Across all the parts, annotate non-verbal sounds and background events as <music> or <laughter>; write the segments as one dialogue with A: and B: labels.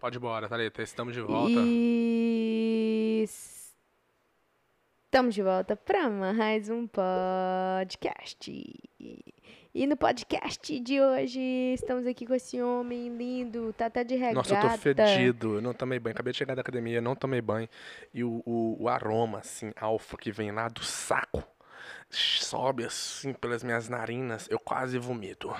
A: Pode ir embora, Thalita. Estamos de volta.
B: E estamos de volta para mais um podcast. E no podcast de hoje estamos aqui com esse homem lindo, tá até de regata.
A: Nossa, eu tô fedido. Eu não tomei banho. Acabei de chegar da academia, não tomei banho. E o, o- o aroma, assim, alfa que vem lá do saco, sobe assim pelas minhas narinas. Eu quase vomito.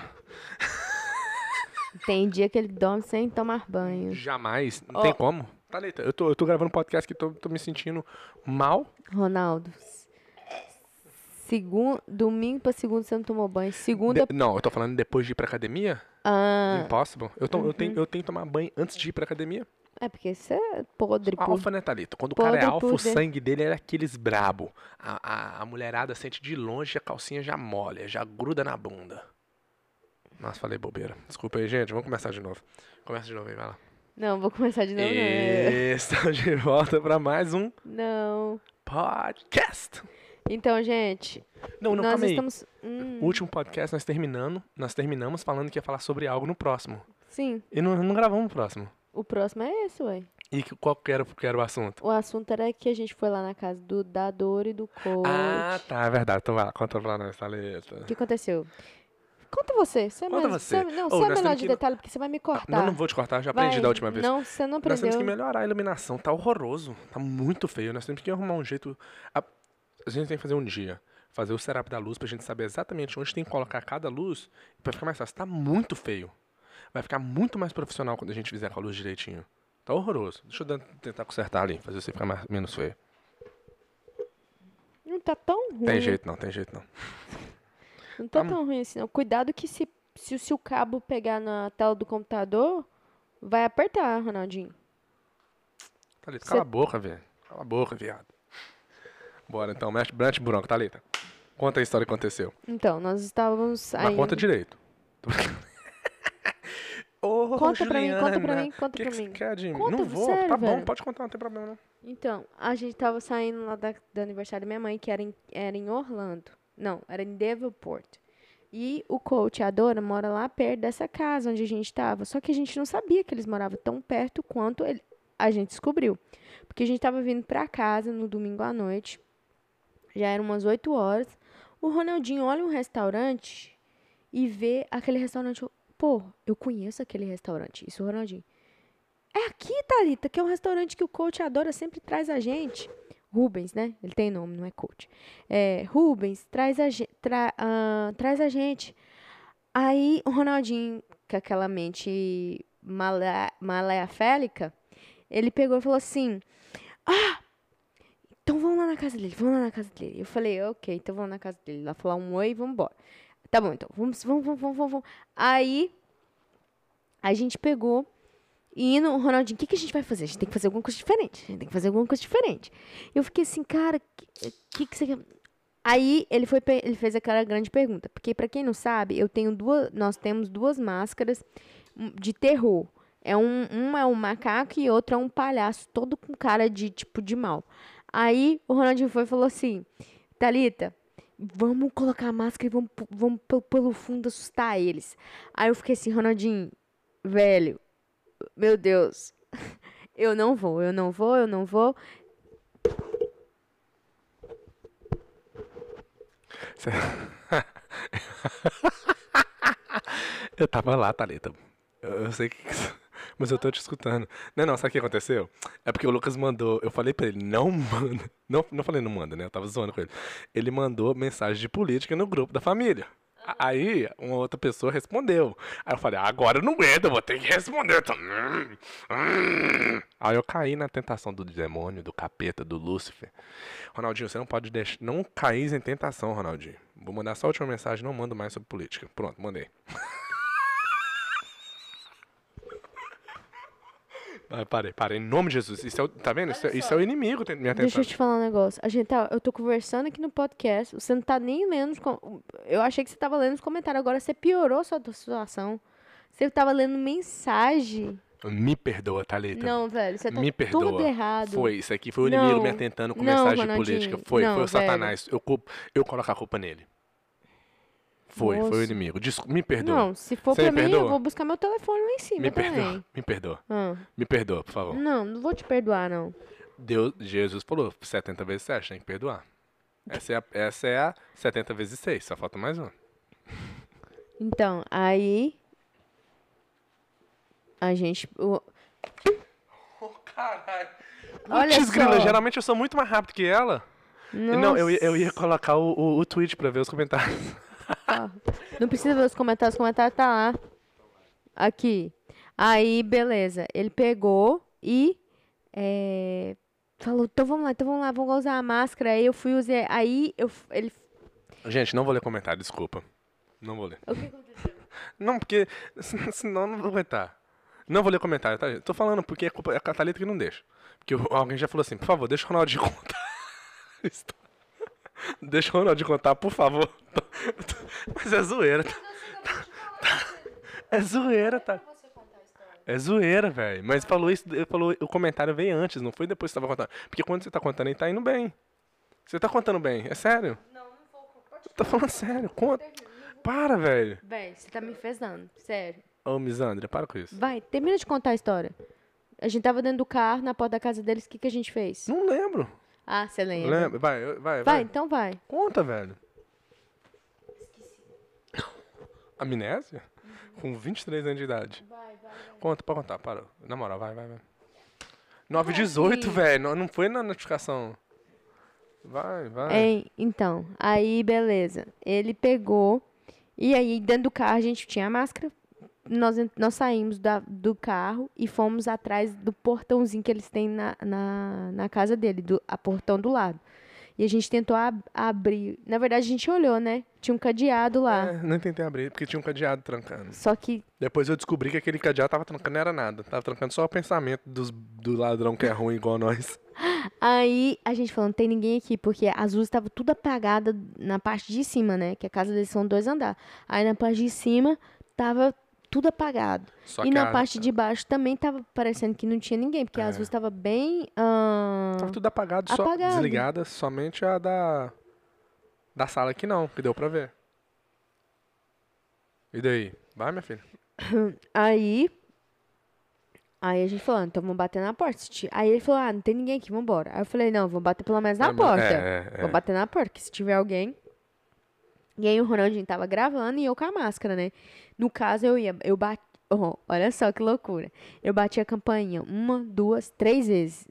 B: Tem dia que ele dorme sem tomar banho.
A: Jamais. Não
B: Ó.
A: tem como. Thalita, eu tô, eu tô gravando um podcast que tô, tô me sentindo mal.
B: Ronaldo, segun... domingo pra segunda você não tomou banho. Segunda,
A: De- não, eu tô falando depois de ir pra academia.
B: ah, Uhum.
A: Impossible. Eu, to- eu, tenho, eu tenho que tomar banho antes de ir pra academia.
B: é porque você é podre, pô.
A: Alfa, né, Thalita? Quando o cara é
B: Podre,
A: alfa, o
B: podre.
A: sangue dele é aqueles brabo. A, a, a mulherada sente de longe a calcinha já molha, já gruda na bunda. Nossa, falei bobeira. Desculpa aí, gente. Vamos começar de novo. Começa de novo aí, vai lá.
B: Não, vou começar de novo. né?
A: E... Estamos de volta pra mais um
B: Não.
A: podcast.
B: Então, gente,
A: Não, não,
B: nós
A: calma aí.
B: estamos. Hum,
A: O último podcast nós terminando, nós terminamos falando que ia falar sobre algo no próximo.
B: sim,
A: E não, não gravamos o próximo.
B: o próximo é esse, ué.
A: E que- qual que era, que era o assunto?
B: O assunto era que a gente foi lá na casa do da Dor e do coach.
A: Ah, tá, é verdade. Então vai lá, conta pra nós, Thalita.
B: O que aconteceu? Conta você. Você é
A: Conta
B: mais-
A: você.
B: você é- não,
A: Ô,
B: você é
A: nós
B: melhor
A: temos
B: de
A: que- Ah,
B: detalhe, porque você vai me cortar.
A: Não, não vou te cortar, já aprendi
B: Vai.
A: da última vez.
B: Não, você não
A: Nós temos
B: aprendeu.
A: que melhorar a iluminação, tá horroroso, tá muito feio. Nós temos que arrumar um jeito. A, a gente tem que fazer um dia, fazer o setup da luz pra gente saber exatamente onde tem que colocar cada luz pra ficar mais fácil. Tá muito feio. Vai ficar muito mais profissional quando a gente fizer com a luz direitinho. Tá horroroso. Deixa eu dan- tentar consertar ali, fazer você ficar mais, menos feio.
B: Não tá tão ruim.
A: Tem jeito não, tem jeito não.
B: Não tá
A: Tá-
B: tão ruim assim, não. Cuidado que se, se, se o cabo pegar na tela do computador, vai apertar, Ronaldinho.
A: Thalita,
B: Cê-
A: cala a boca, velho. Cala a boca, viado. Bora então, mexe, branche buraco, Thalita. Conta a história que aconteceu.
B: Então, nós estávamos
A: Na
B: aí.
A: conta direito. Tô brincando. <laughs> Ô,
B: Conta pra mim, conta pra
A: Juliana,
B: mim, conta
A: que
B: pra
A: que você
B: mim.
A: quer de mim?
B: Conta,
A: não vou,
B: sério,
A: tá bom,
B: velho.
A: pode contar, não tem problema não.
B: Então, a gente tava saindo lá da, do aniversário da minha mãe, que era em, era em Orlando. Não, era em Devonport. E o coach, e a Dora, mora lá perto dessa casa onde a gente tava. Só que a gente não sabia que eles moravam tão perto quanto ele- a gente descobriu. Porque a gente tava vindo pra casa no domingo à noite. Já eram umas 8 horas. O Ronaldinho olha um restaurante e vê aquele restaurante. Pô, eu conheço aquele restaurante. Isso, o Ronaldinho. É aqui, Thalita, que é um restaurante que o coach adora, sempre traz a gente. Rubens, né? Ele tem nome, não é coach. É, Rubens, traz a, ge- tra- ah, traz a gente. Aí o Ronaldinho, com aquela mente male- maleafélica, ele pegou e falou assim: Ah, então vamos lá na casa dele, vamos lá na casa dele. Eu falei: Ok, então vamos lá na casa dele. Lá falar um oi e vamos embora. Tá bom, então vamos, vamos, vamos, vamos, vamos. vamos. Aí a gente pegou. E indo, o Ronaldinho, o que, que a gente vai fazer? A gente tem que fazer alguma coisa diferente. A gente tem que fazer alguma coisa diferente. Eu fiquei assim, cara, o que, que, que você quer? Aí ele, foi, pe- ele fez aquela grande pergunta. Porque, pra quem não sabe, eu tenho duas. Nós temos duas máscaras hum, de terror. É um, um é um macaco e outro é um palhaço, todo com cara de tipo de mal. Aí o Ronaldinho foi e falou assim: Thalita, vamos colocar a máscara e vamos, pu- vamos pelo- pelo fundo assustar eles. Aí eu fiquei assim, Ronaldinho, velho, meu Deus, <laughs> eu não vou, eu não vou, eu não vou.
A: Cê- <laughs> eu tava lá, Thalita. Eu, eu sei que. <laughs> Mas eu tô te escutando. Não, não, sabe o que aconteceu? É porque o Lucas mandou. Eu falei pra ele, não manda. <laughs> Não, não falei não manda, né? Eu tava zoando com ele. Ele mandou mensagem de política no grupo da família. A- Aí, uma outra pessoa respondeu. Aí eu falei, "Ah, agora eu não aguento, eu vou ter que responder também. Hum. Aí eu caí na tentação do demônio, do capeta, do Lúcifer. Ronaldinho, você não pode deixar. Não cair em tentação, Ronaldinho. Vou mandar só a última mensagem, não mando mais sobre política. Pronto,
B: <laughs>
A: mandei. Vai, parei, parei. Em nome de Jesus. Isso é o, tá vendo? Isso é, isso é o inimigo ten- me
B: Deixa
A: atentando.
B: eu te falar um negócio. A gente tá, eu tô conversando aqui no podcast, você não tá nem lendo os com- Eu achei que você tava lendo os comentários, agora você piorou sua tua situação. Você tava lendo mensagem.
A: Ah, Me perdoa, Thalita.
B: Não, velho, você tá
A: Me perdoa.
B: tudo errado.
A: Foi, isso aqui foi o inimigo
B: Não.
A: me atentando com
B: Não,
A: mensagem de
B: Ronaldinho.
A: política. Foi,
B: Não,
A: foi o
B: velho.
A: Satanás. Eu, culpo- eu coloco a culpa nele. Foi, foi o
B: Moço.
A: inimigo. Desculpa, me perdoa.
B: Não, se for
A: Você
B: pra
A: me
B: mim, eu
A: perdoa?
B: vou buscar meu telefone lá em cima
A: me
B: também.
A: perdoa, me perdoa.
B: Ah,
A: Me perdoa, por favor.
B: não, não vou te perdoar, não.
A: Deus, Jesus falou 70 vezes 7, tem que perdoar. Essa é a, essa é a 70 vezes 6, só falta mais uma.
B: Então, aí. A gente. o-
A: Caralho.
B: Olha
A: Putz, grila,
B: só.
A: geralmente eu sou muito mais rápido que ela. Não, eu, ia- eu ia
B: Nossa.
A: colocar o, o, o tweet pra ver os comentários.
B: Ó, Não precisa ver os comentários, os comentários tá lá. Aqui. Aí, beleza. Ele pegou e é, falou, então vamos lá, então vamos lá, vamos usar a máscara. Aí eu fui usar. Aí eu, f- ele.
A: Gente, não vou ler comentário, desculpa. Não vou ler.
B: O que aconteceu?
A: <laughs> Não, porque sen- senão eu não vou aguentar. Não vou ler comentário, tá? gente? Tô falando porque é culpa é a Catalita que não deixa. Porque o- alguém já falou assim, por favor, deixa o Ronaldo de contar. <laughs> a história. deixa o Ronaldo de contar, por favor. Tô- tô- Mas é zoeira, tá? É
B: né?
A: zoeira, tá? É zoeira, velho. Mas falou isso, ele falou, o comentário veio antes, não foi depois que você tava contando. Porque quando você tá contando, ele tá indo bem. Você tá contando bem, é sério?
B: Não, não vou.
A: Tô Tá falando sério, conta. Para, velho.
B: Véi, você tá me fezando, sério.
A: Ô, Misandra, para com isso.
B: Vai, termina de contar a história. A gente tava dentro do carro, na porta da casa deles, o que, que a gente fez?
A: Não lembro.
B: Ah, você lembra?
A: Lembra? Vai, eu- vai, vai,
B: Vai, então vai.
A: Conta, velho. Amnésia? Com 23 anos de idade.
B: Uhum. Vai, vai.
A: Conta, pode contar, para. Na moral, vai, vai, vai.
B: é
A: 9 18, velho. Não- Não foi na notificação. Vai, vai.
B: Hein, então, aí beleza. Ele pegou. E aí, dentro do carro, a gente tinha a máscara. Nós, en- nós saímos da- do carro e fomos atrás do portãozinho que eles têm na, na, na casa dele, do, a portão do lado. E a gente tentou ab- abrir. Na verdade, a gente olhou, né? Tinha um cadeado lá.
A: É, nem tentei abrir, porque tinha um cadeado trancando.
B: Só que
A: Depois eu descobri que aquele cadeado tava trancando, não era nada. Tava trancando só o pensamento dos, do ladrão que é ruim igual nós.
B: Aí a gente falou, não tem ninguém aqui, porque as luzes estavam tudo apagadas na parte de cima, né? Que a casa deles são dois andares. Aí na parte de cima tava tudo apagado.
A: Só
B: e
A: que
B: na
A: a-
B: parte de baixo também tava parecendo que não tinha ninguém, porque as luzes estavam bem. ah,
A: Tava tudo apagado, só
B: Apagado.
A: desligada, somente a da da sala aqui não, que deu pra ver. E daí? Vai, minha filha.
B: Aí. Aí a gente falou, ah, então vamos bater na porta. Se ti- Aí ele falou, ah, não tem ninguém aqui, vambora. Aí eu falei, não, vamos bater pelo menos na
A: É, mas-
B: porta.
A: é, é,
B: Vou
A: é.
B: bater na porta, que se tiver alguém. E aí o Ronaldinho tava gravando e eu com a máscara, né? No caso, eu ia. Eu bati. olha só que loucura. Eu bati a campainha uma, duas, três vezes.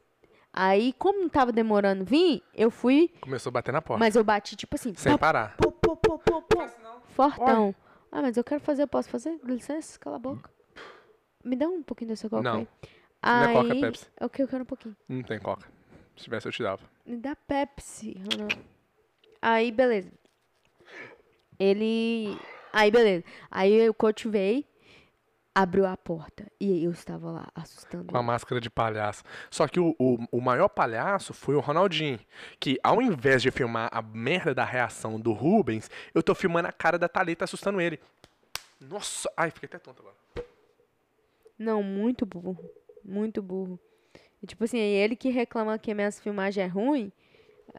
B: Aí, como não tava demorando vir, eu fui.
A: Começou a bater na porta.
B: Mas eu bati, tipo assim,
A: Sem
B: pá,
A: parar.
B: pô, pô, pô, pô, pô, fortão. Ah, mas eu quero fazer, eu posso fazer? Dá licença, cala a boca. Me dá um pouquinho dessa coca
A: Não.
B: aí.
A: Não é Coca, é
B: Aí-
A: Pepsi.
B: Ok, eu quero um pouquinho.
A: Não tem coca. Se tivesse, eu te dava.
B: Me dá Pepsi, Ronaldo. Aí, beleza. Ele. Aí, beleza. Aí o coach veio, abriu a porta. E eu estava lá, assustando.
A: Com a máscara de palhaço. Só que o, o, o maior palhaço foi o Ronaldinho. Que ao invés de filmar a merda da reação do Rubens, eu tô filmando a cara da Thalita assustando ele. Nossa! Ai, fiquei até tonto agora.
B: Não, muito burro. Muito burro. E, tipo assim, é ele que reclama que minhas filmagens é ruim.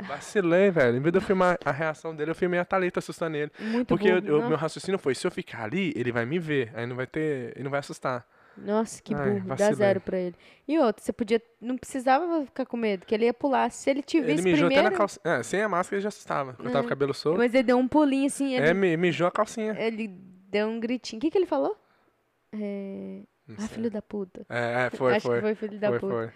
A: Vacilei, velho. Em vez de eu filmar a reação dele, eu filmei a Thalita assustando ele.
B: Muito
A: Porque eu-
B: burro.
A: eu-
B: Nossa,
A: meu raciocínio foi, se eu ficar ali, ele vai me ver. Aí não vai ter. Ele não vai assustar.
B: Nossa, que
A: Ai,
B: burro. Dá
A: vacilei.
B: zero pra ele. E outro, você podia. Não precisava ficar com medo, que ele ia pular. Se ele te
A: Ele
B: visse
A: mijou até
B: primeiro.
A: na calcinha. É, sem a máscara ele já assustava. Eu tava com o cabelo solto.
B: Mas ele deu um pulinho assim. Ele,
A: É, mi- mijou a calcinha.
B: ele deu um gritinho. O que, que ele falou? É...
A: Não
B: Ah,
A: sei.
B: filho da puta.
A: É, é, foi,
B: Acho
A: foi.
B: que foi filho da
A: foi,
B: puta.
A: foi.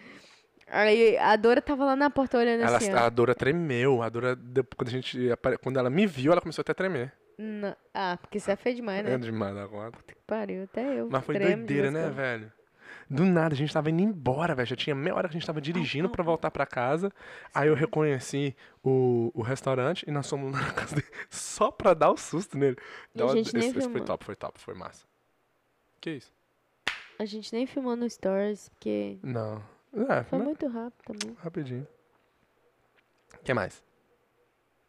B: Aí a Dora tava lá na porta olhando
A: Ela,
B: assim,
A: a
B: ó.
A: Dora tremeu. A Dora, de- quando a gente. apare- Quando ela me viu, ela começou até a tremer.
B: Na- Ah, porque isso é feio demais, né?
A: É demais da conta.
B: Puta que pariu, até eu.
A: Mas foi
B: tremo de
A: doideira,
B: vez em
A: né,
B: quando.
A: velho? Do nada, a gente tava indo embora, velho. Já tinha meia hora que a gente tava dirigindo pra voltar pra casa. Aí eu reconheci o, o restaurante e nós fomos na casa dele <laughs> só pra dar o susto nele.
B: E a
A: Dó-
B: gente nem
A: esse, esse foi
B: filmou.
A: top, foi top, foi massa. Que isso?
B: A gente nem filmou no Stories, porque
A: Não. É,
B: foi
A: mas
B: muito rápido também.
A: rapidinho. O que mais?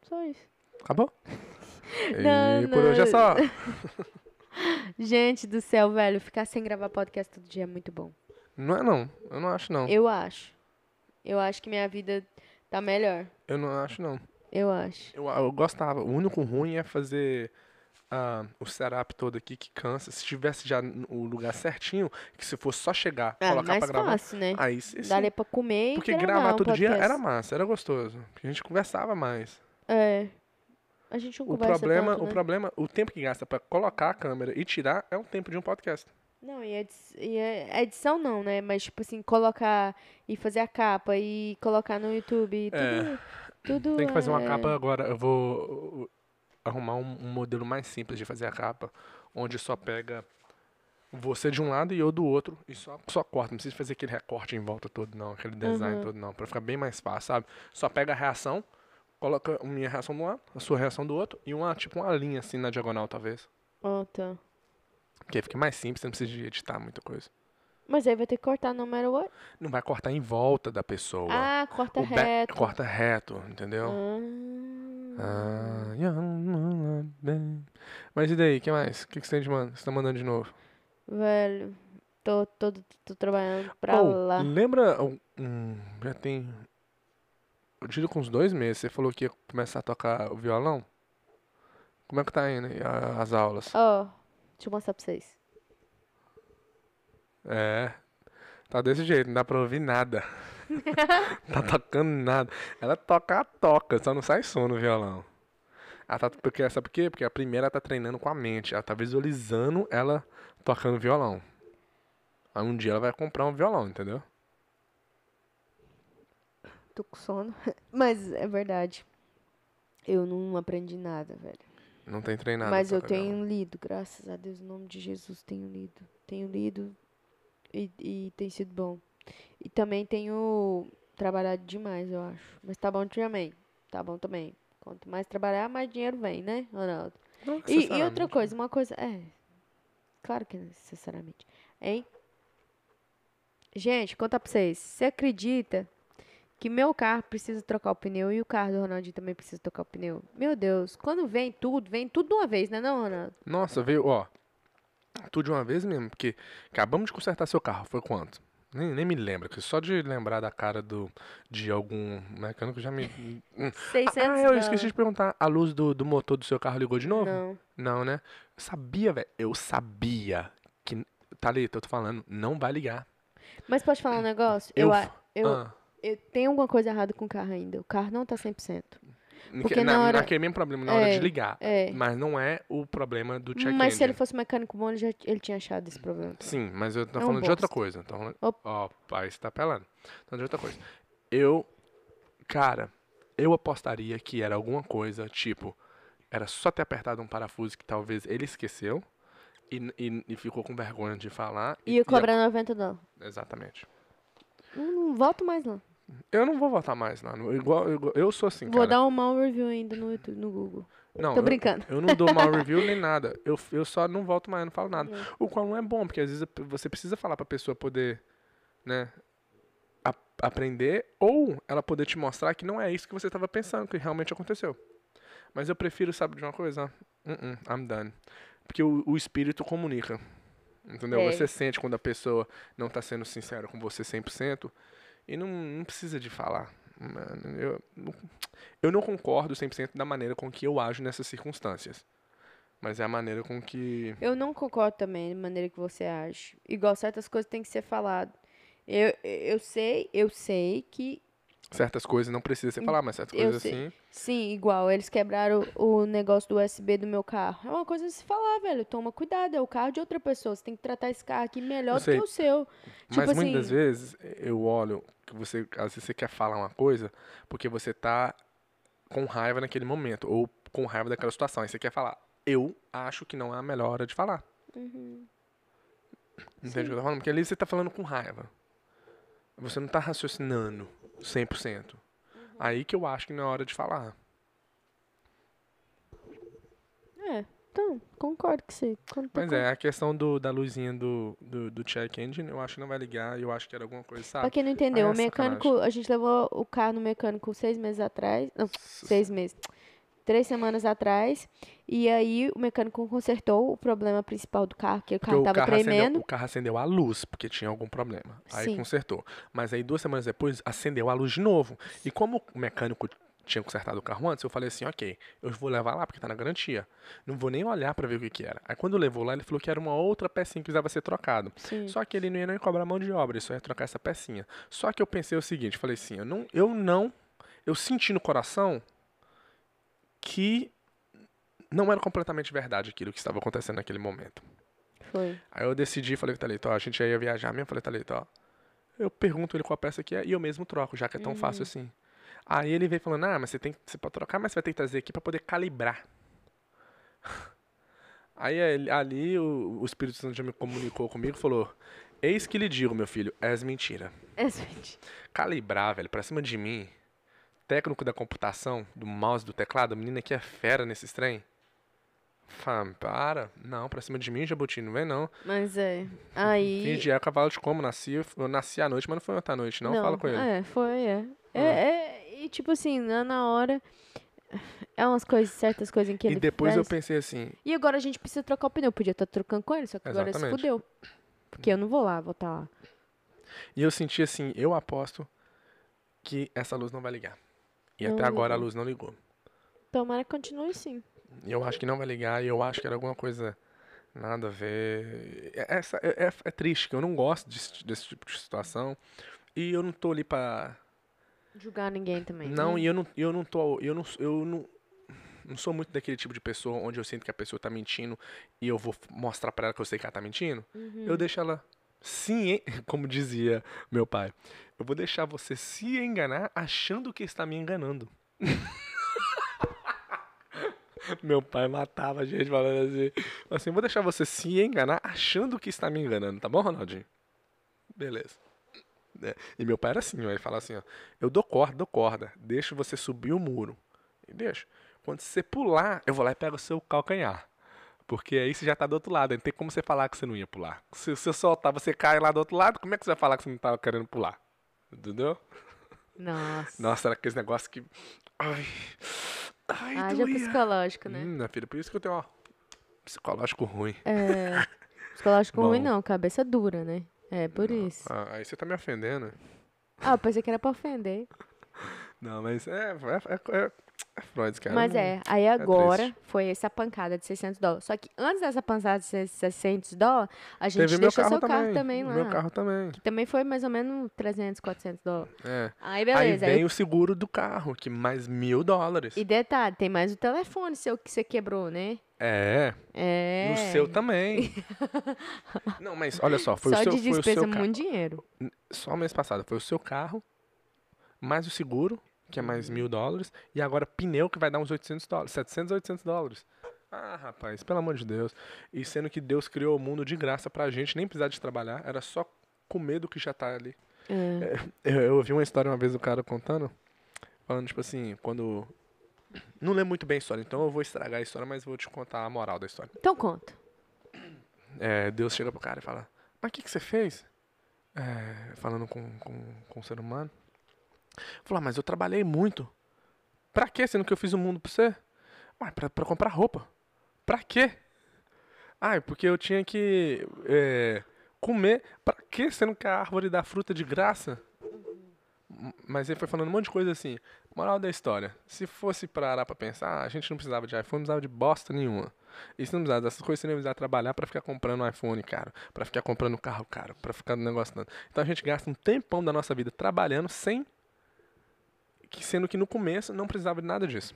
B: Só isso. <laughs>
A: Acabou? E
B: Não,
A: por hoje é
B: não.
A: só.
B: Gente do céu, velho, ficar sem gravar podcast todo dia é muito bom.
A: Não é não. Eu não acho não. Eu,
B: Eu acho. Eu acho que minha vida tá melhor.
A: não acho não.
B: Eu acho.
A: ah, Eu, eu gostava. O único ruim é fazer a- o setup todo aqui que cansa. Se tivesse já n- o lugar certinho, que se fosse só chegar,
B: É,
A: colocar
B: mais
A: pra gravar.
B: fácil, né?
A: Aí sim. sim.
B: Daria pra comer
A: Porque
B: e
A: gravar,
B: gravar, um
A: todo dia
B: podcast.
A: era massa, era gostoso. Porque a gente conversava mais.
B: É. A gente não
A: O
B: conversa
A: problema,
B: tanto,
A: o
B: né?
A: problema, o tempo que gasta pra colocar a câmera e tirar é o tempo de um podcast.
B: Não, e, edi e é- edição não, né? Mas, tipo assim, colocar e fazer a capa e colocar no YouTube. Tudo,
A: É.
B: tudo
A: Tem que fazer uma
B: é-
A: capa agora. Eu vou uh, arrumar um, um modelo mais simples de fazer a capa, onde só pega você de um lado e eu do outro e só, só corta. Não precisa fazer aquele recorte em volta todo, não, aquele design
B: Aham.
A: todo, não, pra ficar bem mais fácil, sabe? Só pega a reação, coloca a minha reação de um lado, a sua reação do outro e uma, tipo, uma linha assim na diagonal, talvez.
B: Ah, tá.
A: Porque aí fica mais simples, você não precisa de editar muita coisa.
B: Mas aí vai ter que cortar no matter what.
A: Não vai cortar em volta da pessoa.
B: Ah, corta
A: O back-
B: reto.
A: Corta reto, entendeu?
B: Ah.
A: Ah, yeah, I'm all about- Mas e daí, o que mais? O que, que você tem de mano? Você tá mandando de novo?
B: Velho, tô, tô, tô trabalhando pra
A: Ou,
B: lá.
A: Lembra. um- um, já tem. Eu diria com uns dois meses, você falou que ia começar a tocar o violão? Como é que tá indo aí a- as aulas?
B: Ó, deixa eu mostrar pra vocês.
A: É. Tá desse jeito, não dá pra ouvir nada. tá
B: <laughs>
A: tocando nada. Ela toca, ela toca, só não sai som no violão. Ela tá, porque, sabe por quê? Porque a primeira ela tá treinando com a mente. Ela tá visualizando ela tocando violão. Aí um dia ela vai comprar um violão, entendeu?
B: Tô com sono. <laughs> Mas é verdade. Eu não aprendi nada, velho.
A: Não tem treinado.
B: Mas
A: pra
B: eu
A: tocar violão.
B: tenho lido, graças a Deus, em nome de Jesus, tenho lido. Tenho lido e, e tem sido bom. E também tenho trabalhado demais, eu acho. Mas tá bom também. Tá bom também. Quanto mais trabalhar, mais dinheiro vem, né, Ronaldo?
A: Não
B: E- E, outra
A: necessariamente.
B: coisa, uma coisa. É. Claro que não necessariamente. Hein? Gente, contar pra vocês. Você acredita que meu carro precisa trocar o pneu e o carro do Ronaldinho também precisa trocar o pneu? Meu Deus, quando vem tudo, vem tudo de uma vez, né, não, Ronaldo?
A: Nossa, veio, ó. Tudo de uma vez mesmo, porque acabamos de consertar seu carro, foi quanto? Nem, nem me lembro, que só de lembrar da cara do, de algum mecânico já me.
B: 600
A: Ah, eu esqueci de perguntar. A luz do, do motor do seu carro ligou de novo?
B: Não.
A: Não, né? Eu sabia, velho. Eu sabia que. Thalita, eu tô falando, não vai ligar.
B: Mas pode falar um negócio?
A: Eu
B: Eu,
A: f-
B: a- eu,
A: Ah,
B: eu tenho alguma coisa errada com o carro ainda. O carro não tá 100%. porque
A: na,
B: na hora-
A: Naquele mesmo problema, na hora de
B: É,
A: ligar.
B: É.
A: Mas não é o problema do né? check
B: Mas se ele
A: engine.
B: fosse um mecânico bom, ele já ele tinha achado esse problema.
A: Sim, mas eu tô
B: É um
A: falando de outra
B: bosta.
A: coisa. Tô falando...
B: Op-
A: Ó, pai, você tá pelando. Tô falando de outra coisa. Eu. Cara, eu apostaria que era alguma coisa tipo. Era só ter apertado um parafuso que talvez ele esqueceu e, e, e ficou com vergonha de falar.
B: Ia cobrar 90 dólares.
A: Exatamente.
B: Não, não volto mais não.
A: Eu não vou votar mais lá. no- Igual, igual- eu sou assim,
B: Vou
A: cara.
B: dar um mau review ainda no YouTube, no Google.
A: não,
B: Tô
A: eu-
B: brincando.
A: Eu, não dou
B: <laughs>
A: mal review nem nada. Eu, eu só não volto mais, não falo nada. O qual não é bom, porque às vezes você precisa falar pra pessoa poder, né, a- aprender ou ela poder te mostrar que não é isso que você tava pensando, que realmente aconteceu. Mas eu prefiro, sabe, de uma coisa? Uh -uh, I'm done. Porque o, o espírito comunica. Entendeu?
B: É.
A: Você sente quando a pessoa não tá sendo sincera com você 100% e não, não precisa de falar. Mano, eu, eu não concordo 100% da maneira com que eu ajo nessas circunstâncias. Mas é a maneira com que.
B: Eu não concordo também da maneira que você age. Igual certas coisas têm que ser falado. Eu, eu sei, eu sei que
A: Certas coisas não precisa se falar, mas certas
B: Hum, eu
A: coisas
B: sei.
A: assim.
B: sim, igual eles quebraram o o negócio do USB do meu carro. É uma coisa de se falar, velho. Toma cuidado, é o carro de outra pessoa. Você tem que tratar esse carro aqui melhor
A: Eu
B: do que
A: sei.
B: o seu. Tipo
A: mas
B: assim,
A: muitas das vezes eu olho que você. Às vezes você quer falar uma coisa porque você tá com raiva naquele momento. Ou com raiva daquela situação. Aí você quer falar. Eu acho que não é a melhor hora de falar.
B: Uhum.
A: Entende o que eu tô falando? Porque ali você tá falando com raiva. Você não tá raciocinando 100%.
B: Uhum.
A: Aí que eu acho que não é hora de falar.
B: É, então, concordo que você. Quando
A: Mas é, a questão do, da luzinha do, do, do check engine, eu acho que não vai ligar, eu acho que era alguma coisa,
B: Pra
A: sabe?
B: quem não entendeu,
A: Ah, é
B: o mecânico, a gente levou o carro no mecânico seis meses atrás. Não, seis meses. Três semanas atrás. E aí o mecânico consertou o problema principal do carro, que o
A: Porque
B: carro tava
A: acendeu,
B: tremendo.
A: o carro acendeu a luz, porque tinha algum problema. Aí
B: Sim.
A: consertou. Mas aí duas semanas depois acendeu a luz de novo. E como o mecânico tinha consertado o carro antes, eu falei assim, ok, eu vou levar lá porque tá na garantia. Não vou nem olhar pra ver o que que era. Aí quando levou lá, ele falou que era uma outra pecinha que precisava ser trocado.
B: Sim.
A: Só que ele não ia nem cobrar mão de obra, ele só ia trocar essa pecinha. Só que eu pensei o seguinte, falei assim, eu não, eu não, eu senti no coração que não era completamente verdade aquilo que estava acontecendo naquele momento.
B: Foi.
A: Aí eu decidi, falei com o Thalita, ó, a gente já ia viajar mesmo, falei, Thalita, ó, eu pergunto ele qual peça que é e eu mesmo troco, já que é tão fácil assim. Aí ele veio falando, ah, mas você tem que, você pode trocar, mas você vai ter que trazer aqui pra poder calibrar. <laughs> Aí ele- ali o, o Espírito Santo já me comunicou comigo, falou, eis que lhe digo, meu filho, és mentira.
B: É, gente.
A: Calibrar, velho, pra cima de mim, técnico da computação, do mouse, do teclado, a menina aqui é fera nesses trem. Fam, para, não, pra cima de mim, Jabuti, não vem não.
B: Mas é. Aí.
A: Finge é cavalo de como nasci. Eu nasci à noite, mas não foi ontem à noite, não. Fala com ele. Ah.
B: É, foi, é. É, é, E tipo assim, na, na hora. É umas coisas, certas coisas em que ele
A: e depois eu
B: faz.
A: pensei assim,
B: E agora a gente precisa trocar o pneu. Podia estar trocando com ele, só que agora se
A: Exatamente.
B: fudeu. Porque eu não vou lá, vou estar lá.
A: e eu senti assim, eu aposto que essa luz não vai ligar. E
B: Não
A: até agora a
B: ligou.
A: luz não ligou.
B: Tomara que continue assim. sim.
A: E eu acho que não vai ligar, e eu acho que era alguma coisa nada a ver. É- Essa, é, é, é triste, que eu não gosto desse, desse tipo de situação. E eu não tô ali pra.
B: Julgar ninguém também.
A: Não,
B: né?
A: e eu não, eu não tô. Eu não. Eu não não sou muito daquele tipo de pessoa onde eu sinto que a pessoa tá mentindo e eu vou mostrar pra ela que eu sei que ela tá mentindo. Eu deixo ela se, en- <laughs> como dizia meu pai, eu vou deixar você se enganar achando que está me enganando. <laughs> meu pai matava a gente falando assim, assim, vou deixar você se enganar achando que está me enganando, tá bom, Ronaldinho? Beleza. É, E meu pai era assim, ó, ele falava assim, ó, eu dou corda, dou corda, deixo você subir o muro. E deixo. Quando você pular, eu vou lá e pego o seu calcanhar. Porque aí você já tá do outro lado, aí não tem como você falar que você não ia pular. Se você soltar, você cai lá do outro lado, como é que você vai falar que você não tava querendo pular? Entendeu?
B: Nossa.
A: Nossa, era aqueles negócios que. Ai. Ai,
B: Haja
A: doía.
B: psicológico, Ah, né?
A: Hum, minha filha, por isso que eu tenho, ó. Psicológico ruim.
B: É. Psicológico ruim
A: Bom.
B: não, cabeça dura, né? É, por isso.
A: Ah, aí você tá me ofendendo.
B: Ah, eu pensei que era pra ofender.
A: Não, mas é. É, é, é, é Freud, cara.
B: Mas
A: não-
B: é, aí agora
A: triste.
B: foi essa pancada de 600 dólares. Só que antes dessa pancada de 600 dólares, a gente
A: Teve meu
B: deixou
A: carro
B: seu
A: também.
B: carro também lá.
A: Meu carro também.
B: Que também foi mais ou menos 300, 400 dólares.
A: É.
B: Aí beleza.
A: aí
B: aí-
A: vem o seguro do carro, que mais mil dólares.
B: E detalhe, tem mais o telefone seu que você quebrou, né?
A: É.
B: É.
A: No seu também.
B: <laughs>
A: não, mas olha só, foi
B: Só
A: o seu,
B: de
A: foi o
B: despesa
A: seu carro.
B: muito dinheiro.
A: Só mês passado, foi o seu carro, mais o seguro, que é mais mil dólares, e agora pneu, que vai dar uns 800 dólares, 700, 800 dólares. Ah, rapaz, pelo amor de Deus. E sendo que Deus criou o mundo de graça pra gente, nem precisar de trabalhar, era só comer do que já tá ali.
B: É.
A: Eu, eu ouvi uma história uma vez do cara contando, falando, tipo assim, quando... Não lembro muito bem a história, então eu vou estragar a história, mas vou te contar a moral da história.
B: Então conta.
A: É, Deus chega pro cara e fala, mas o que, que você fez? É, falando com, com, com o ser humano. Falou, "Ah, mas eu trabalhei muito. Pra quê? Sendo que eu fiz o mundo pra você? Ué, pra, pra comprar roupa. Pra quê? Ah, é porque eu tinha que é, comer. Pra quê? Sendo que a árvore dá fruta de graça? M- Mas ele foi falando um monte de coisa assim. Moral da história. Se fosse parar pra pensar, a gente não precisava de iPhone, não precisava de bosta nenhuma. E se não precisasse dessas coisas, você não ia precisar trabalhar pra ficar comprando um iPhone caro, pra ficar comprando um carro caro, pra ficar no negócio tanto. Então a gente gasta um tempão da nossa vida trabalhando sem. que- Sendo que no começo não precisava de nada disso.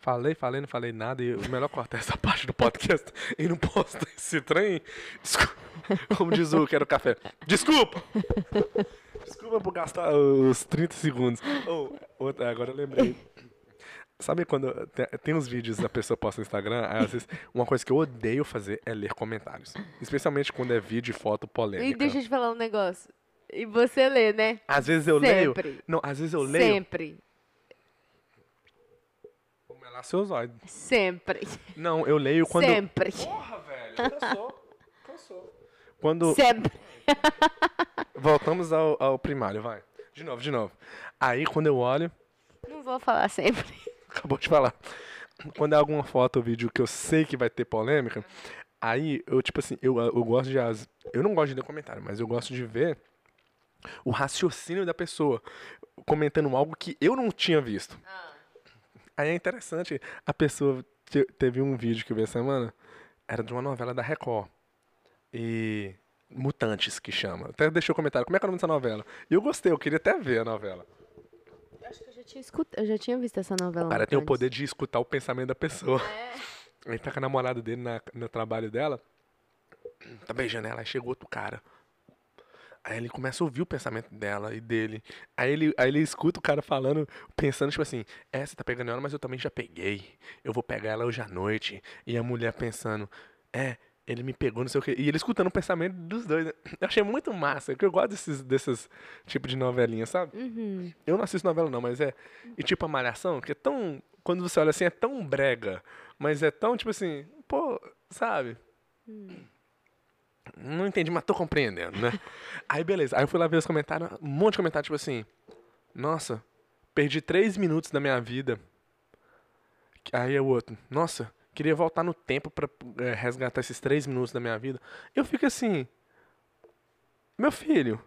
A: Falei, falei, não falei nada. E o melhor cortar essa <laughs> parte do podcast e não postar esse trem. Desculpa. Como diz o Quero Café. Desculpa! Desculpa por gastar os 30 segundos. Oh, outra- agora eu lembrei. Sabe quando te- tem uns vídeos da pessoa posta no Instagram, aí às vezes uma coisa que eu odeio fazer é ler comentários. Especialmente quando é vídeo e foto
B: E
A: polêmica.
B: deixa eu te falar um negócio. E você lê, né?
A: Às vezes eu leio.
B: Sempre.
A: Não, às vezes eu leio.
B: Sempre.
A: Como é lá seus olhos.
B: Sempre.
A: Não, eu leio quando.
B: Sempre.
A: Porra, velho, cansou. Cansou. Quando.
B: Sempre.
A: Voltamos ao, ao primário, vai. De novo, de novo. Aí quando eu olho.
B: Não vou falar sempre.
A: Acabou de falar. Quando é alguma foto ou vídeo que eu sei que vai ter polêmica, aí eu, tipo assim, eu, eu gosto de. as- Eu não gosto de ler comentário, mas eu gosto de ver o raciocínio da pessoa comentando algo que eu não tinha visto. Aí é interessante, a pessoa te- teve um vídeo que eu vi essa semana, era de uma novela da Record. E Mutantes que chama. Até deixou um comentário, como é que é o nome dessa novela? E eu gostei, eu queria até ver a novela.
B: Acho que eu já tinha escutado, eu já tinha visto essa novela.
A: O cara tem o
B: Mutantes.
A: poder de escutar o pensamento da pessoa. <laughs> Ele tá com a namorada dele na, no trabalho dela. Tá beijando ela, aí chega outro cara. Aí ele começa a ouvir o pensamento dela e dele. Aí ele, aí ele escuta o cara falando, pensando, tipo assim, é, você tá pegando ela, mas eu também já peguei. Eu vou pegar ela hoje à noite. E a mulher pensando, é, ele me pegou, não sei o quê. E ele escutando o pensamento dos dois. né? Eu achei muito massa, porque eu gosto desses, desses tipos de novelinha, sabe?
B: Uhum.
A: Eu não assisto novela, não, mas é. E tipo a Malhação, que é tão. Quando você olha assim, é tão brega. Mas é tão, tipo assim, pô, sabe? Não entendi, mas tô compreendendo, né? Aí beleza. Aí eu fui lá ver os comentários, um monte de comentário, tipo assim. Nossa, perdi três minutos da minha vida. Aí é o outro. Nossa, queria voltar no tempo pra eh, resgatar esses três minutos da minha vida. Eu fico assim. Meu filho,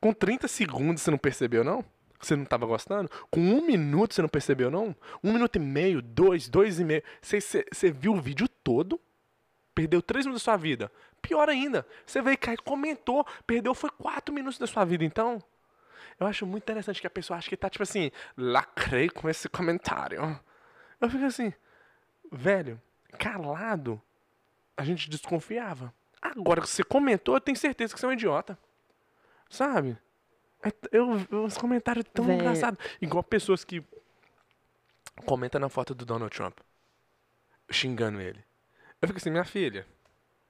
A: com 30 segundos você não percebeu, não? Você não tava gostando? Com um minuto você não percebeu, não? Um minuto e meio, dois, dois e meio. Você- Você você viu o vídeo todo, perdeu três minutos da sua vida. Pior ainda, você veio cá e comentou, perdeu foi quatro minutos da sua vida, então. Eu acho muito interessante que a pessoa acha que tá, tipo assim, lacrei com esse comentário. Eu fico assim, velho, calado, a gente desconfiava. Agora que você comentou, eu tenho certeza que você é um idiota. Sabe? É t- Eu, eu- os comentários tão
B: Velho.
A: engraçados. Igual pessoas que comentam na foto do Donald Trump, xingando ele. Eu fico assim, minha filha,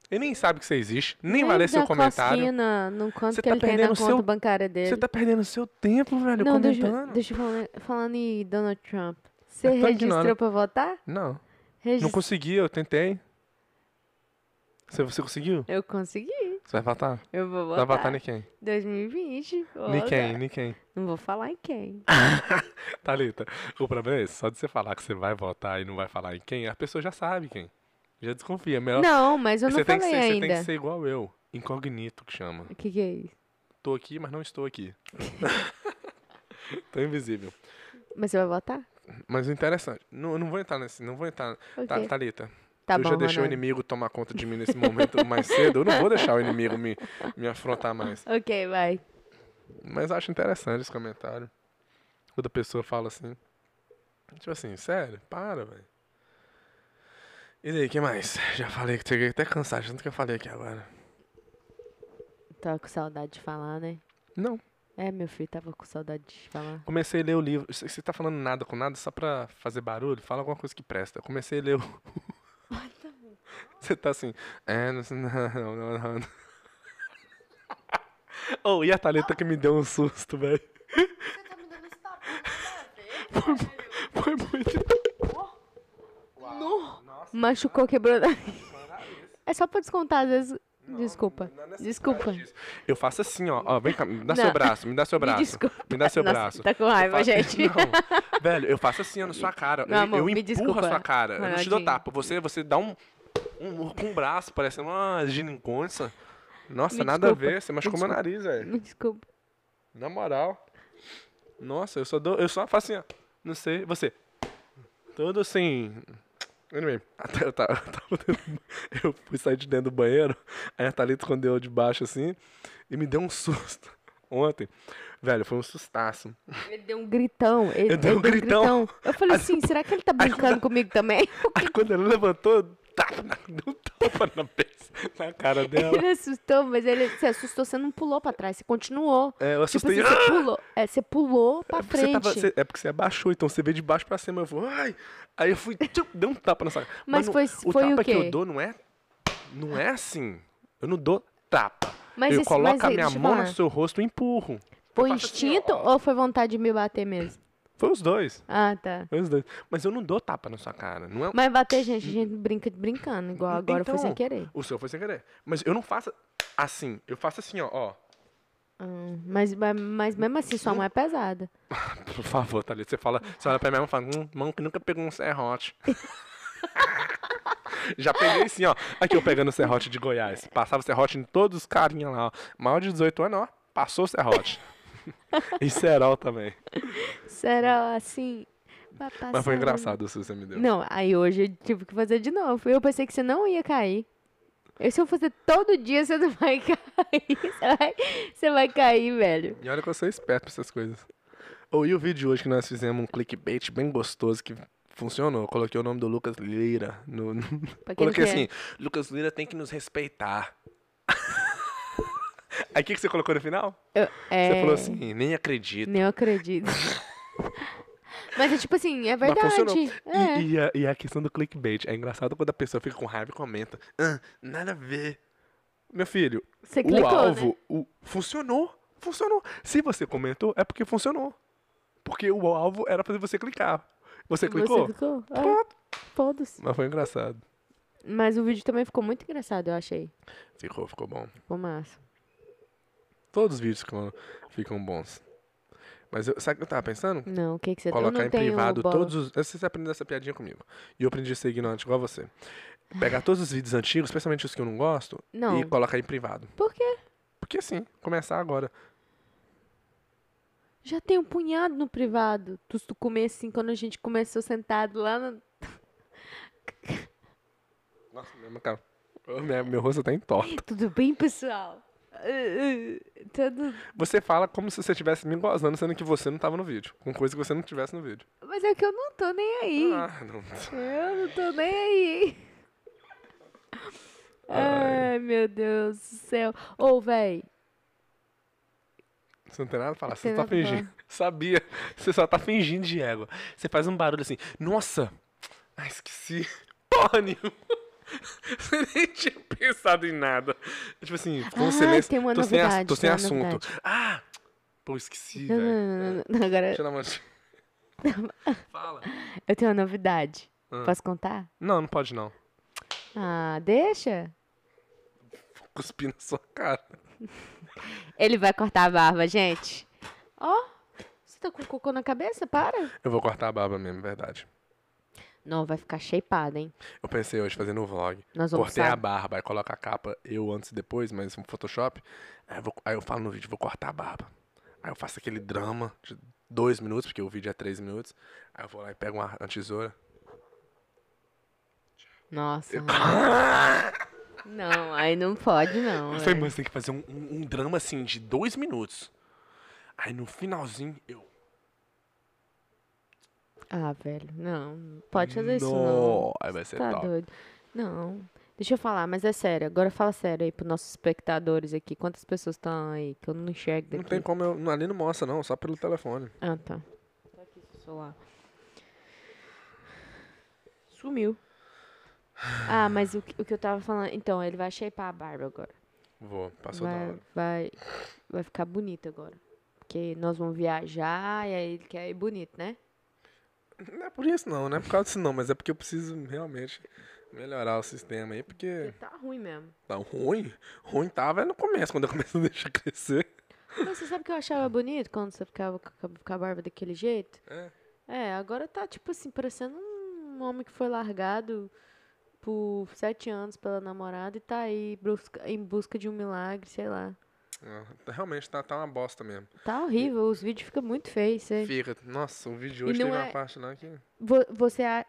A: ele nem sabe que você existe, nem vai ler seu comentário.
B: Na, É no quanto
A: Você
B: que
A: tá
B: ele tem na
A: perdendo o
B: conta
A: seu-
B: bancária dele.
A: Você tá perdendo seu tempo, velho,
B: Não, deixa,
A: comentando. É
B: deixa eu falar, falando em Donald Trump. Você
A: tão
B: registrou
A: ignorante.
B: pra votar?
A: Não,
B: Regis-
A: não consegui, eu tentei. Você, você conseguiu?
B: Eu consegui.
A: Você vai votar?
B: Eu vou votar.
A: Vai votar em quem?
B: 2020. vou
A: Em
B: votar.
A: quem, Tá. em quem?
B: Não vou falar em quem.
A: Thalita, o problema é esse, só de você falar que você vai votar e não vai falar em quem, a pessoa já sabe quem. Já desconfia, é melhor...
B: Não, mas eu não
A: você tem
B: falei
A: que ser, Você tem
B: ainda.
A: que ser igual eu, incognito que chama.
B: O que, que é isso?
A: Tô aqui, mas não estou aqui. <laughs> Tô invisível.
B: Mas você vai votar?
A: Mas o interessante, não, eu não vou entrar nesse, não vou entrar...
B: Ok.
A: Tá, Thalita,
B: Tá
A: eu
B: bom,
A: já deixei o
B: Ronaldo.
A: inimigo tomar conta de mim nesse momento mais cedo. Eu não vou deixar o inimigo me, me afrontar mais.
B: Ok, vai.
A: Mas acho interessante esse comentário. Quando a pessoa fala assim. Tipo assim, sério, para, velho. E daí, o que mais? Já falei que cheguei até cansado, de tanto que eu falei aqui agora.
B: Tava com saudade de falar, né?
A: Não.
B: É, meu filho, tava com saudade de falar.
A: Comecei a ler o livro. Você você tá falando nada com nada só pra fazer barulho? Fala alguma coisa que presta. Eu comecei a ler o. <laughs> Você tá assim. É, não, sei- não, não, não. <laughs> não." Oh, e a Thalita que me deu um susto, velho.
B: Você tá me dando esse
A: <laughs>
B: tapão
A: Foi muito.
B: Machucou, quebrou. é só pra descontar, às vezes. desculpa.
A: não é necessário
B: desculpa.
A: disso. Eu faço assim, ó. ó vem cá, me dá
B: Não.
A: seu braço, me dá seu braço.
B: <laughs> Me desculpa.
A: Me dá seu
B: Nossa,
A: braço.
B: Tá com
A: Eu
B: raiva,
A: faço-
B: gente.
A: <laughs> Não, velho, eu faço assim ó, na sua cara.
B: Meu
A: eu
B: amor,
A: eu
B: me
A: empurro
B: desculpa,
A: a sua cara. Eu não te dou
B: Ronaldinho.
A: tapa. Você, você dá um, um, com um braço, parecendo uma giniconça. Nossa,
B: Me
A: nada
B: desculpa,
A: a ver. Você machucou meu nariz, velho.
B: <laughs> Me desculpa.
A: Na moral. Nossa, eu só dou. Eu só faço assim, ó. Não sei. Você. Todo assim. Anyway, <laughs> até eu, tava, eu, tava dentro- eu fui sair de dentro do banheiro, aí a Thalita escondeu de baixo assim, e me deu um <laughs> susto ontem. Velho, foi um sustaço.
B: Ele deu um gritão. Ele,
A: Eu dei
B: ele
A: um gritão.
B: Eu falei assim, será que ele tá brincando
A: <laughs>
B: comigo também?
A: Aí quando ela levantou, tapa na, deu um tapa na, peça, na cara dela.
B: Ele assustou, mas ele se assustou, você não pulou pra trás, você continuou.
A: É, eu
B: Tipo
A: assustei.
B: assim, você pulou. É, você pulou pra
A: Você
B: frente.
A: tava- você- é porque você abaixou, então você veio de baixo pra cima. Eu vou, ai! Aí eu fui, tchup, dei um tapa na sua cara.
B: Mas
A: não-
B: foi-
A: o
B: foi o
A: tapa que
B: quê?
A: eu dou não é, não é assim. Eu não dou tapa.
B: Mas
A: eu
B: esse-
A: coloco
B: mas
A: a
B: aí,
A: minha
B: deixa eu
A: mão no
B: falar.
A: seu rosto e empurro.
B: Foi
A: faço assim,
B: instinto
A: ó.
B: ou foi vontade de me bater mesmo?
A: Foi os dois.
B: Ah, tá.
A: Foi os dois. Mas eu não dou tapa na sua cara. Não é,
B: Mas bater, gente, a gente brinca de brincando, igual agora foi sem
A: Então,
B: querer.
A: O seu foi sem querer. Mas eu não faço assim. Eu faço assim, ó. ó.
B: Ah, mas, mas- mas mesmo assim, sua mão é pesada.
A: Por favor, Thalita, você fala, você olha pra minha mão e fala, hum, mão que nunca pegou um serrote. <laughs> Já peguei sim, ó. Aqui eu pegando o serrote de Goiás. Passava o serrote em todos os carinha lá, ó. Maior de 18 anos, ó. Passou o serrote. <laughs> e cerol também.
B: Será assim? Vai
A: Mas foi
B: passando.
A: engraçado o susto que você me deu.
B: Não, aí hoje eu tive que fazer de novo. Eu pensei que você não ia cair. Eu, se eu fazer todo dia, você não vai <laughs> cair. Você vai, você vai cair, velho.
A: E olha que eu sou esperto pra essas coisas. Ou e o vídeo de hoje que nós fizemos um clickbait bem gostoso que funcionou? Eu coloquei o nome do Lucas Lira. No, no-
B: Pra quem não
A: coloquei
B: quer.
A: assim: Lucas Lira tem que nos respeitar. <laughs> Aí o que, que você colocou no final?
B: Eu- é,
A: Você falou assim: nem acredito.
B: Não
A: <laughs>
B: acredito. Mas é tipo assim, é
A: Mas funcionou.
B: verdade. É.
A: E, e a, e a questão do clickbait. É engraçado quando a pessoa fica com raiva e comenta. "Ah, nada a ver. Meu filho,
B: Você
A: o
B: clicou,
A: alvo
B: né?
A: o, funcionou. Funcionou. Se você comentou, é porque funcionou. Porque o alvo era fazer você clicar. Você clicou?
B: Você clicou? É.
A: Pronto.
B: Foda-se.
A: Mas foi engraçado.
B: Mas o vídeo também ficou muito engraçado, eu achei.
A: Ficou, ficou bom.
B: Ficou massa.
A: Todos os vídeos ficam, ficam bons. Mas eu, sabe o que eu tava pensando?
B: Não, o que, que você eu
A: Colocar
B: não
A: em
B: tenho
A: privado
B: bola.
A: todos os. Você aprendeu essa piadinha comigo. E eu aprendi a ser ignorante igual você. Pegar todos os vídeos antigos, especialmente os que eu não gosto,
B: Não.
A: e colocar em privado.
B: Por quê?
A: Porque assim, começar agora.
B: Já tem um punhado no privado. Tu, tu começo, assim, quando a gente começou sentado lá no...
A: Nossa, minha, cara, meu, meu rosto tá em torta.
B: Tudo bem, pessoal? Eh, eh, Tudo...
A: Você fala como se você estivesse me gozando, sendo que você não tava no vídeo. Com coisa que você não tivesse no vídeo.
B: Mas é que eu não tô nem aí.
A: Ah, não.
B: Eu não tô nem
A: <laughs>
B: aí. Ai, meu Deus do céu. Ô, véi.
A: Você não tem nada a falar, você
B: Tem
A: só tá
B: nada a falar.
A: fingindo. <laughs> Sabia. Você só tá fingindo de égua. Você faz um barulho assim, nossa! Ah, esqueci. <laughs> Porra nenhuma. <laughs> Você nem tinha pensado em nada. Tipo assim, ficou um
B: Ah,
A: silêncio.
B: tem uma
A: tô sem, ass-
B: novidade,
A: tô sem
B: tem uma
A: assunto.
B: novidade. Hum.
A: Ah! Pô, esqueci,
B: Não,
A: velho.
B: não, não, não, não. Agora
A: Deixa eu dar uma.
B: <laughs>
A: Fala.
B: eu tenho uma novidade.
A: Ah.
B: Posso contar?
A: Não, não pode não.
B: Ah, deixa.
A: Cuspi na sua cara.
B: Ele vai cortar a barba, gente. Ó, você tá com cocô na cabeça? Para.
A: Eu vou cortar a barba mesmo, verdade.
B: Não, vai ficar shapeado, hein?
A: Eu pensei hoje fazendo um vlog.
B: Nós vamos
A: Cortei
B: sabe?
A: a barba, aí coloca a capa eu antes e depois, mas no Photoshop. Aí eu, vou- aí eu falo no vídeo, vou cortar a barba. Aí eu faço aquele drama de dois minutos, porque o vídeo é três minutos. Aí eu vou lá e pego uma, uma
B: <laughs>
A: tesoura.
B: Nossa. não, aí não pode, não.
A: Eu
B: é.
A: falei, mas tem que fazer um, um- um drama assim de dois minutos. Aí no finalzinho eu.
B: Ah, velho, não. Pode fazer isso, não.
A: "Nó". Aí vai ser
B: Tá
A: top.
B: doido. Não. Deixa eu falar, mas é sério. Agora fala sério aí pros nossos espectadores aqui. Quantas pessoas estão aí que eu não enxergo
A: Não
B: daqui?
A: tem como eu. Ali não mostra, não, só pelo telefone.
B: Ah, tá. Tá aqui seu celular. Sumiu. Ah, mas o que, o que eu tava falando... Então, ele vai shapear a barba agora.
A: Vou, passou da
B: Vai,
A: hora.
B: vai, vai ficar bonito agora. Porque nós vamos viajar e aí ele quer ir bonito, né?
A: Não é por isso, não, não é por causa disso, não, mas é porque eu preciso realmente melhorar o sistema aí, porque.
B: Porque tá ruim mesmo.
A: Tá ruim? Ruim tava é no começo, quando eu começo a deixar crescer.
B: Mas você sabe que
A: <laughs>
B: eu achava bonito quando você ficava com a- com a barba daquele jeito?
A: É.
B: É, agora tá tipo assim, parecendo um homem que foi largado por sete anos pela namorada e tá aí brusca- em busca de um milagre, sei lá.
A: Ah, Realmente tá, tá uma bosta mesmo.
B: Tá horrível, os vídeos ficam muito feios. Você,
A: Fica. Nossa, o vídeo de
B: É. E
A: hoje
B: não
A: teve
B: é-
A: uma parte lá que,
B: Vo- você a-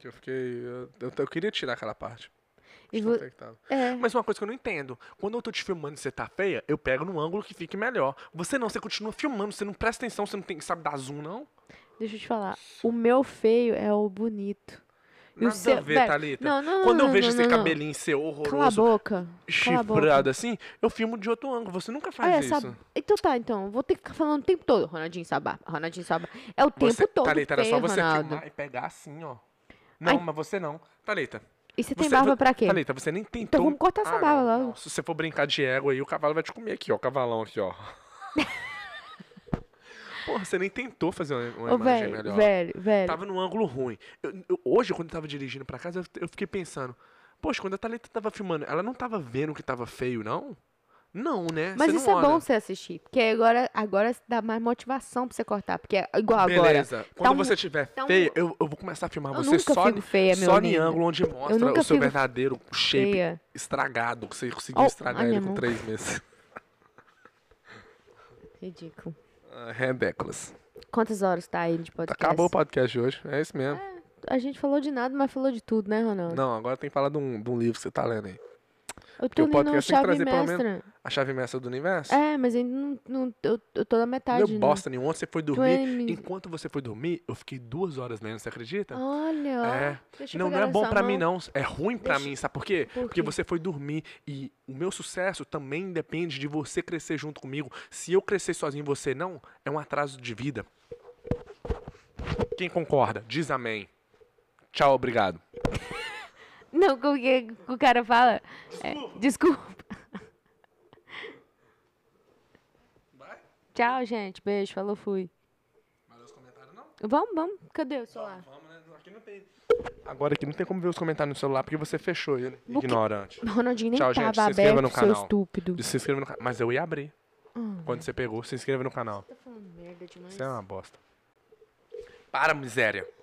A: que eu fiquei. Eu, eu, eu queria tirar aquela parte.
B: e
A: De
B: vo-
A: tão feio que tava.
B: é,
A: Mas uma coisa que eu não entendo, quando eu tô te filmando e você tá feia, eu pego num ângulo que fique melhor. Você não, você continua filmando, você não presta atenção, você não tem, sabe dar zoom, não?
B: deixa eu te falar, o meu feio é o bonito. E o
A: Nada
B: seu-
A: a ver,
B: velho,
A: Thalita.
B: Não, não, não,
A: quando eu
B: não,
A: vejo
B: não,
A: esse
B: não, não.
A: cabelinho seu
B: Cala a
A: horroroso,
B: boca. cala a boca.
A: chifrado assim, eu filmo de outro ângulo. Você nunca faz
B: Olha,
A: isso.
B: sabe- Então tá, então. Vou ter que ficar falando o tempo todo. Ronaldinho Sabá, Ronaldinho Sabá. É o tempo
A: Você-
B: todo.
A: Thalita, era
B: feio,
A: só você
B: Ronaldo.
A: filmar e pegar assim, ó. Não, mas você não. Thalita.
B: E você tem
A: você-
B: barba pra quê? Então
A: Thalita, você nem tentou. Ah,
B: vamos cortar essa barba
A: não,
B: logo.
A: não. Se você for brincar de égua aí, o cavalo vai te comer aqui, ó. O cavalão aqui,
B: <laughs>
A: ó. Porra, você nem tentou fazer uma, uma
B: Ô,
A: imagem
B: velho,
A: melhor.
B: velho, velho.
A: Tava num ângulo ruim. Eu- eu- hoje, quando eu tava dirigindo pra casa, eu, eu fiquei pensando. Poxa, quando a Thalita tava filmando, ela não tava vendo que tava feio, não? Não, né?
B: Mas
A: Você
B: isso
A: não
B: é
A: olha.
B: bom você assistir. Porque agora, agora dá mais motivação pra você cortar. Porque é igual agora.
A: Beleza. Quando
B: um-
A: você tiver
B: tá um-
A: feia, eu, eu vou começar a filmar
B: Eu
A: você
B: nunca
A: só,
B: fico
A: em-
B: feia, meu
A: só em
B: lindo.
A: ângulo onde mostra
B: nunca
A: o seu
B: fico
A: verdadeiro shape
B: Feia.
A: estragado, que você conseguiu
B: Oh,
A: estragar
B: ai,
A: ele
B: minha
A: com
B: mão.
A: três meses.
B: Ridículo.
A: Ah, Ridículas.
B: Quantas horas tá aí de podcast?
A: Acabou o podcast de hoje. É isso mesmo.
B: A gente falou de nada, mas falou de tudo, né, Ronaldo?
A: Não, agora tem que falar de um, de um livro que você tá lendo aí.
B: eu
A: porque
B: tô
A: o
B: lendo um
A: podcast tem que trazer
B: Chave
A: pelo menos
B: Mestra.
A: A chave mestra do universo?
B: É, mas ainda não, não- eu, eu tô na metade.
A: Meu
B: né?
A: bosta nenhum. Ontem você foi dormir.
B: 20 minutes.
A: Enquanto você foi dormir, eu fiquei duas horas lendo, você acredita?
B: Olha,
A: É.
B: deixa eu
A: Não, não
B: pegar
A: é
B: na
A: bom
B: sua
A: pra
B: mão.
A: mim, não. É ruim pra
B: Deixa-
A: mim, sabe por quê?
B: Por
A: Porque
B: quê?
A: você foi dormir e o meu sucesso também depende de você crescer junto comigo. Se eu crescer sozinho e você não, é um atraso de vida. Quem concorda? Diz amém. Tchau, obrigado.
B: Não, como que o cara fala? É, desculpa.
A: Vai?
B: Tchau, gente. Beijo, falou, fui.
A: Mas os comentários não?
B: Vamos, vamos. Cadê o celular?
A: Vamos, né? Aqui não tem. Agora aqui não tem como ver os comentários no celular porque você fechou ele.
B: O quê?
A: Ignorante.
B: Ronaldinho nem
A: Tchau, gente.
B: tava
A: Se inscreva
B: aberto,
A: no
B: seu
A: canal.
B: estúpido.
A: Se inscreva no canal. Mas eu ia abrir.
B: Hum.
A: Quando você pegou, se inscreva no canal.
B: Tá falando merda demais.
A: Isso é uma bosta. Para, miséria.